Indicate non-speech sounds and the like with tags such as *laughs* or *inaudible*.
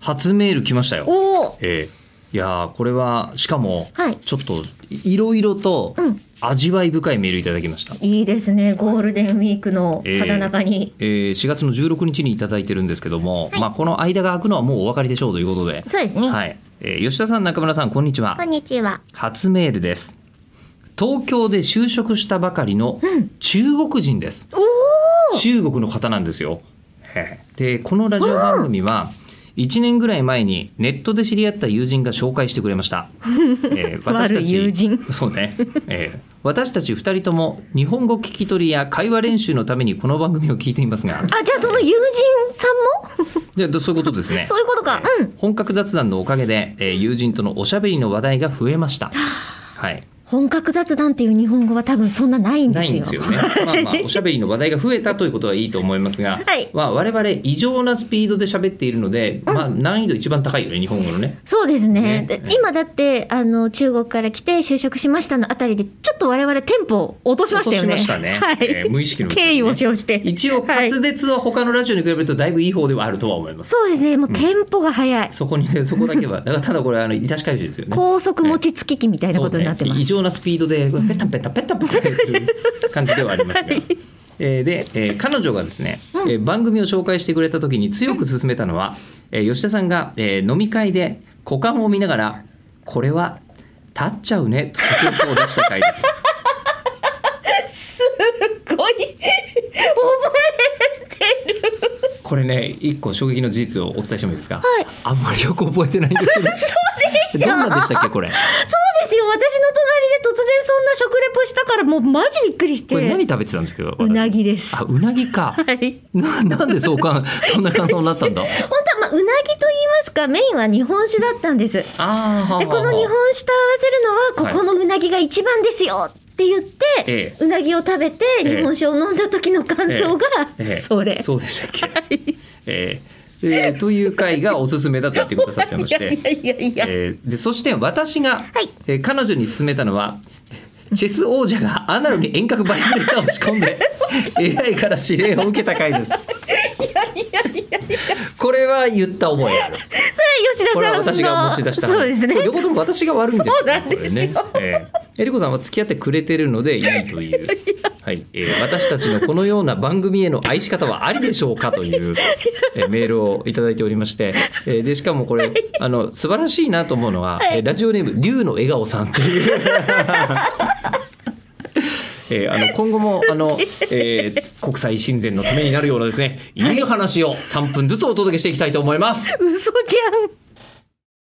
初メール来ましたよ。おお。ええいやーこれはしかもはいちょっといろいろとうん味わい深いメールいただきました。いいですね。ゴールデンウィークのただ中に。えー、4月の16日にいただいてるんですけども、はいまあ、この間が空くのはもうお分かりでしょうということで、そうですね。はいえー吉田さん中村さんこんにちはこんにちは。初メールです東京で就職したばかりのうん。中国人です中国の方なんですよへえでこのラジオ番組は1年ぐらい前にネットで知り合った友人が紹介してくれま *laughs* した、えー悪い友人そうね、えー私たち2人とも日本語聞き取りや会話練習のためにこの番組を聞いています *laughs* があ、じゃあその友人さんも、じゃあそういうことですね *laughs* そういうことか。うん。本格雑談のおかげで、えー友人とのおしゃべりの話題が増えま *laughs* した。はい、本格雑談っていう日本語は多分そんなないんですよ。ないんですよね。まあまあ、おしゃべりの話題が増えたということはいいと思いますが、はいまあ、我々異常なスピードで喋っているので、まあ、難易度一番高いよね、日本語のね。そうですね。ねで今だって、あの、中国から来て就職しましたのあたりで、ちょっと我々テンポを落としましたよね。落としましたね *laughs* はい。えー無意識のうちにね敬意を表して。一応、はい滑舌は他のラジオに比べるとだいぶいい方ではあるとは思います。そうですね。もうテンポが速い。そこに、ね、そこだけは、だからただこれ、あの、いたしかゆしですよね。高速餅つき機みたいなことになってそうまね異す。常なスピードでペタンペタンペタンペタンっていう感じではありますが、はいえーで、えー彼女がですね、うんえー番組を紹介してくれた時に強く勧めたのは、えー吉田さんが、えー飲み会で股間を見ながら「これは立っちゃうね」と報告を出した回です。 *laughs* すっごい *laughs* 覚えてる。これね一個衝撃の事実をお伝えしてもいいですか、はいあんまりよく覚えてないんです *laughs* けどでしょどんなでしたっけこれそうですよ。私の隣で突然そんな食レポしたから、もうマジびっくりして。これ何食べてたんですけどうなぎです。あはうなぎか、い。ななんでそうかそんな感想になったんだ本当は、まあ、うなぎと言いますか、メインは日本酒だったんです。あー *laughs* で、この日本酒と合わせるのは、ここのうなぎが一番ですよって言って、えうなぎを食べて、ええ日本酒を飲んだ時の感想が、ええそれ。そうでしたっけ、えーえーという回がおすすめだと言ってくださってまして *laughs* いやいやいやいや。えーでそして私が、はいえー彼女に勧めたのはチェス王者がアナルに遠隔バイブレーターを仕込ん *laughs* で AI から指令を受けた回ですいやいやいやいや。これは言った覚えあるそれは吉田さんの。これは私が持ち出したそうですねこれ。両方とも私が悪いんですそうなんですこよれねえーえりこさんは付き合ってくれてるのでいいというはい、えー私たちのこのような番組への愛し方はありでしょうかという、えーメールをいただいておりまして、えーでしかもこれあの素晴らしいなと思うのは、はいえーラジオネーム龍の笑顔さんという *laughs* えーあの今後もあの、え *laughs* ー国際親善のためになるようなですねいい話を3分ずつお届けしていきたいと思います。嘘じゃん。